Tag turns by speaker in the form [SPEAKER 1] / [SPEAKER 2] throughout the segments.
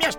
[SPEAKER 1] das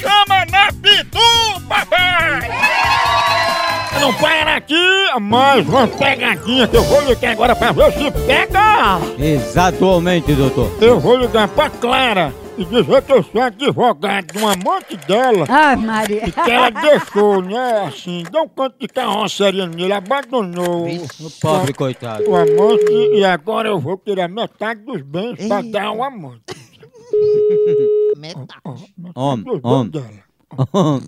[SPEAKER 1] chama na Pitu, papai! Não para aqui, mais uma pegadinha que eu vou ligar agora pra ver se pega!
[SPEAKER 2] Exatamente, doutor.
[SPEAKER 1] Eu vou ligar pra Clara e dizer que eu sou advogado de uma amante dela
[SPEAKER 3] Ah, Maria.
[SPEAKER 1] que ela deixou, né? Assim, deu um canto de carroceria nele, abandonou
[SPEAKER 2] O pobre coitado.
[SPEAKER 1] o amante e agora eu vou tirar metade dos bens pra dar ao amante.
[SPEAKER 4] Metade.
[SPEAKER 2] Homem,
[SPEAKER 1] Dos bens
[SPEAKER 2] homem,
[SPEAKER 1] dela.
[SPEAKER 2] homem.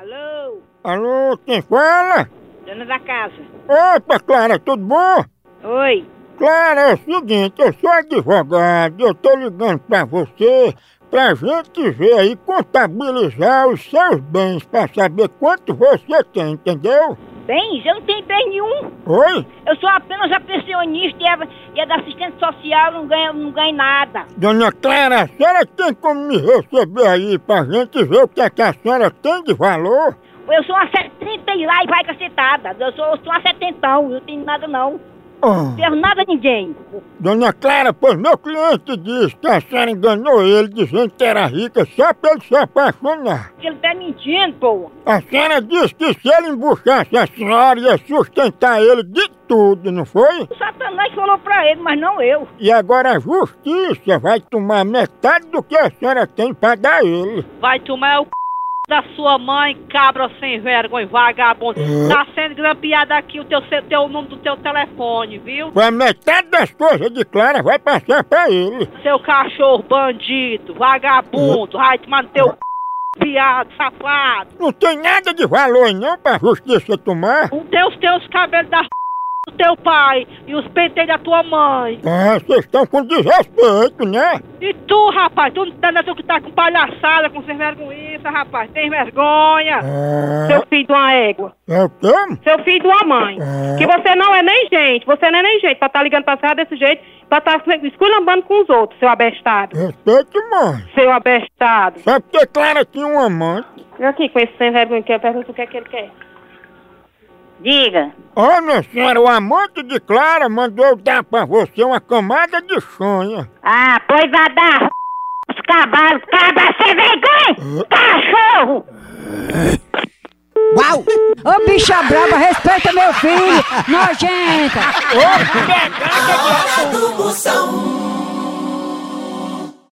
[SPEAKER 5] Alô,
[SPEAKER 1] Alô, quem fala?
[SPEAKER 5] dona da casa.
[SPEAKER 1] Opa, Clara, tudo bom?
[SPEAKER 5] Oi.
[SPEAKER 1] Clara, é o seguinte, eu sou advogado, eu tô ligando pra você pra gente ver aí, contabilizar os seus bens pra saber quanto você tem, entendeu?
[SPEAKER 5] Bens, eu não tenho bem nenhum.
[SPEAKER 1] Oi?
[SPEAKER 5] Eu sou apenas a pensionista e a, e a da assistente social não ganha, não ganha nada.
[SPEAKER 1] Dona Clara, a senhora tem como me receber aí pra gente ver o que, é que a senhora tem de valor?
[SPEAKER 5] Eu sou uma setenta e lá e vai cacetada. Eu sou, eu sou uma setentão, eu não tenho nada não.
[SPEAKER 1] Ah,
[SPEAKER 5] Não tenho nada a ninguém.
[SPEAKER 1] Dona Clara, pois meu cliente disse que a senhora enganou ele dizendo que era rica só pra ele se apaixonar.
[SPEAKER 5] Porque ele tá mentindo, pô.
[SPEAKER 1] A senhora disse que se ele embuchasse a senhora ia sustentar ele de tudo, não foi?
[SPEAKER 5] O satanás falou pra ele, mas não eu.
[SPEAKER 1] E agora a justiça vai tomar metade do que a senhora tem pra dar a ele.
[SPEAKER 6] Vai tomar o c... da sua mãe, cabra sem vergonha, vagabundo. Tá sendo grampeado aqui o teu, ce- teu nome do teu telefone, viu?
[SPEAKER 1] A metade das coisas de Clara vai passar pra ele.
[SPEAKER 6] Seu cachorro bandido, vagabundo, vai tomar no teu c... piado, safado.
[SPEAKER 1] Não tem nada de valor não pra justiça tomar.
[SPEAKER 6] Um Deus tem os cabelos da c... do teu pai e os penteios da tua mãe.
[SPEAKER 1] Ah, vocês estão com desrespeito, né?
[SPEAKER 6] E tu, rapaz, tu não tá não é tu que tá com palhaçada, com sem vergonha, rapaz, tem vergonha.
[SPEAKER 1] Ah,
[SPEAKER 6] Seu filho de uma égua,
[SPEAKER 1] é o quê?
[SPEAKER 6] seu filho de uma mãe.
[SPEAKER 1] Ah,
[SPEAKER 6] Que você não é nem gente, você não é nem gente pra tá ligando pra serra desse jeito, pra tá se esculhambando com os outros, seu abestado.
[SPEAKER 1] respeito mais.
[SPEAKER 6] Seu abestado.
[SPEAKER 1] Sabe É porque Clara tinha um amante?
[SPEAKER 6] E aqui com esse sem vergonha que eu pergunto o que é que ele quer.
[SPEAKER 5] Diga.
[SPEAKER 1] Ó, minha senhora, o amante de Clara mandou eu dar pra você uma camada de sonha.
[SPEAKER 5] Ah, pois vai dar os cavalos, cabra sem vergonha! Cachorro!
[SPEAKER 2] Uau!
[SPEAKER 3] Ô, bicha brava, respeita meu filho. Nojenta.
[SPEAKER 7] Hora do Moção.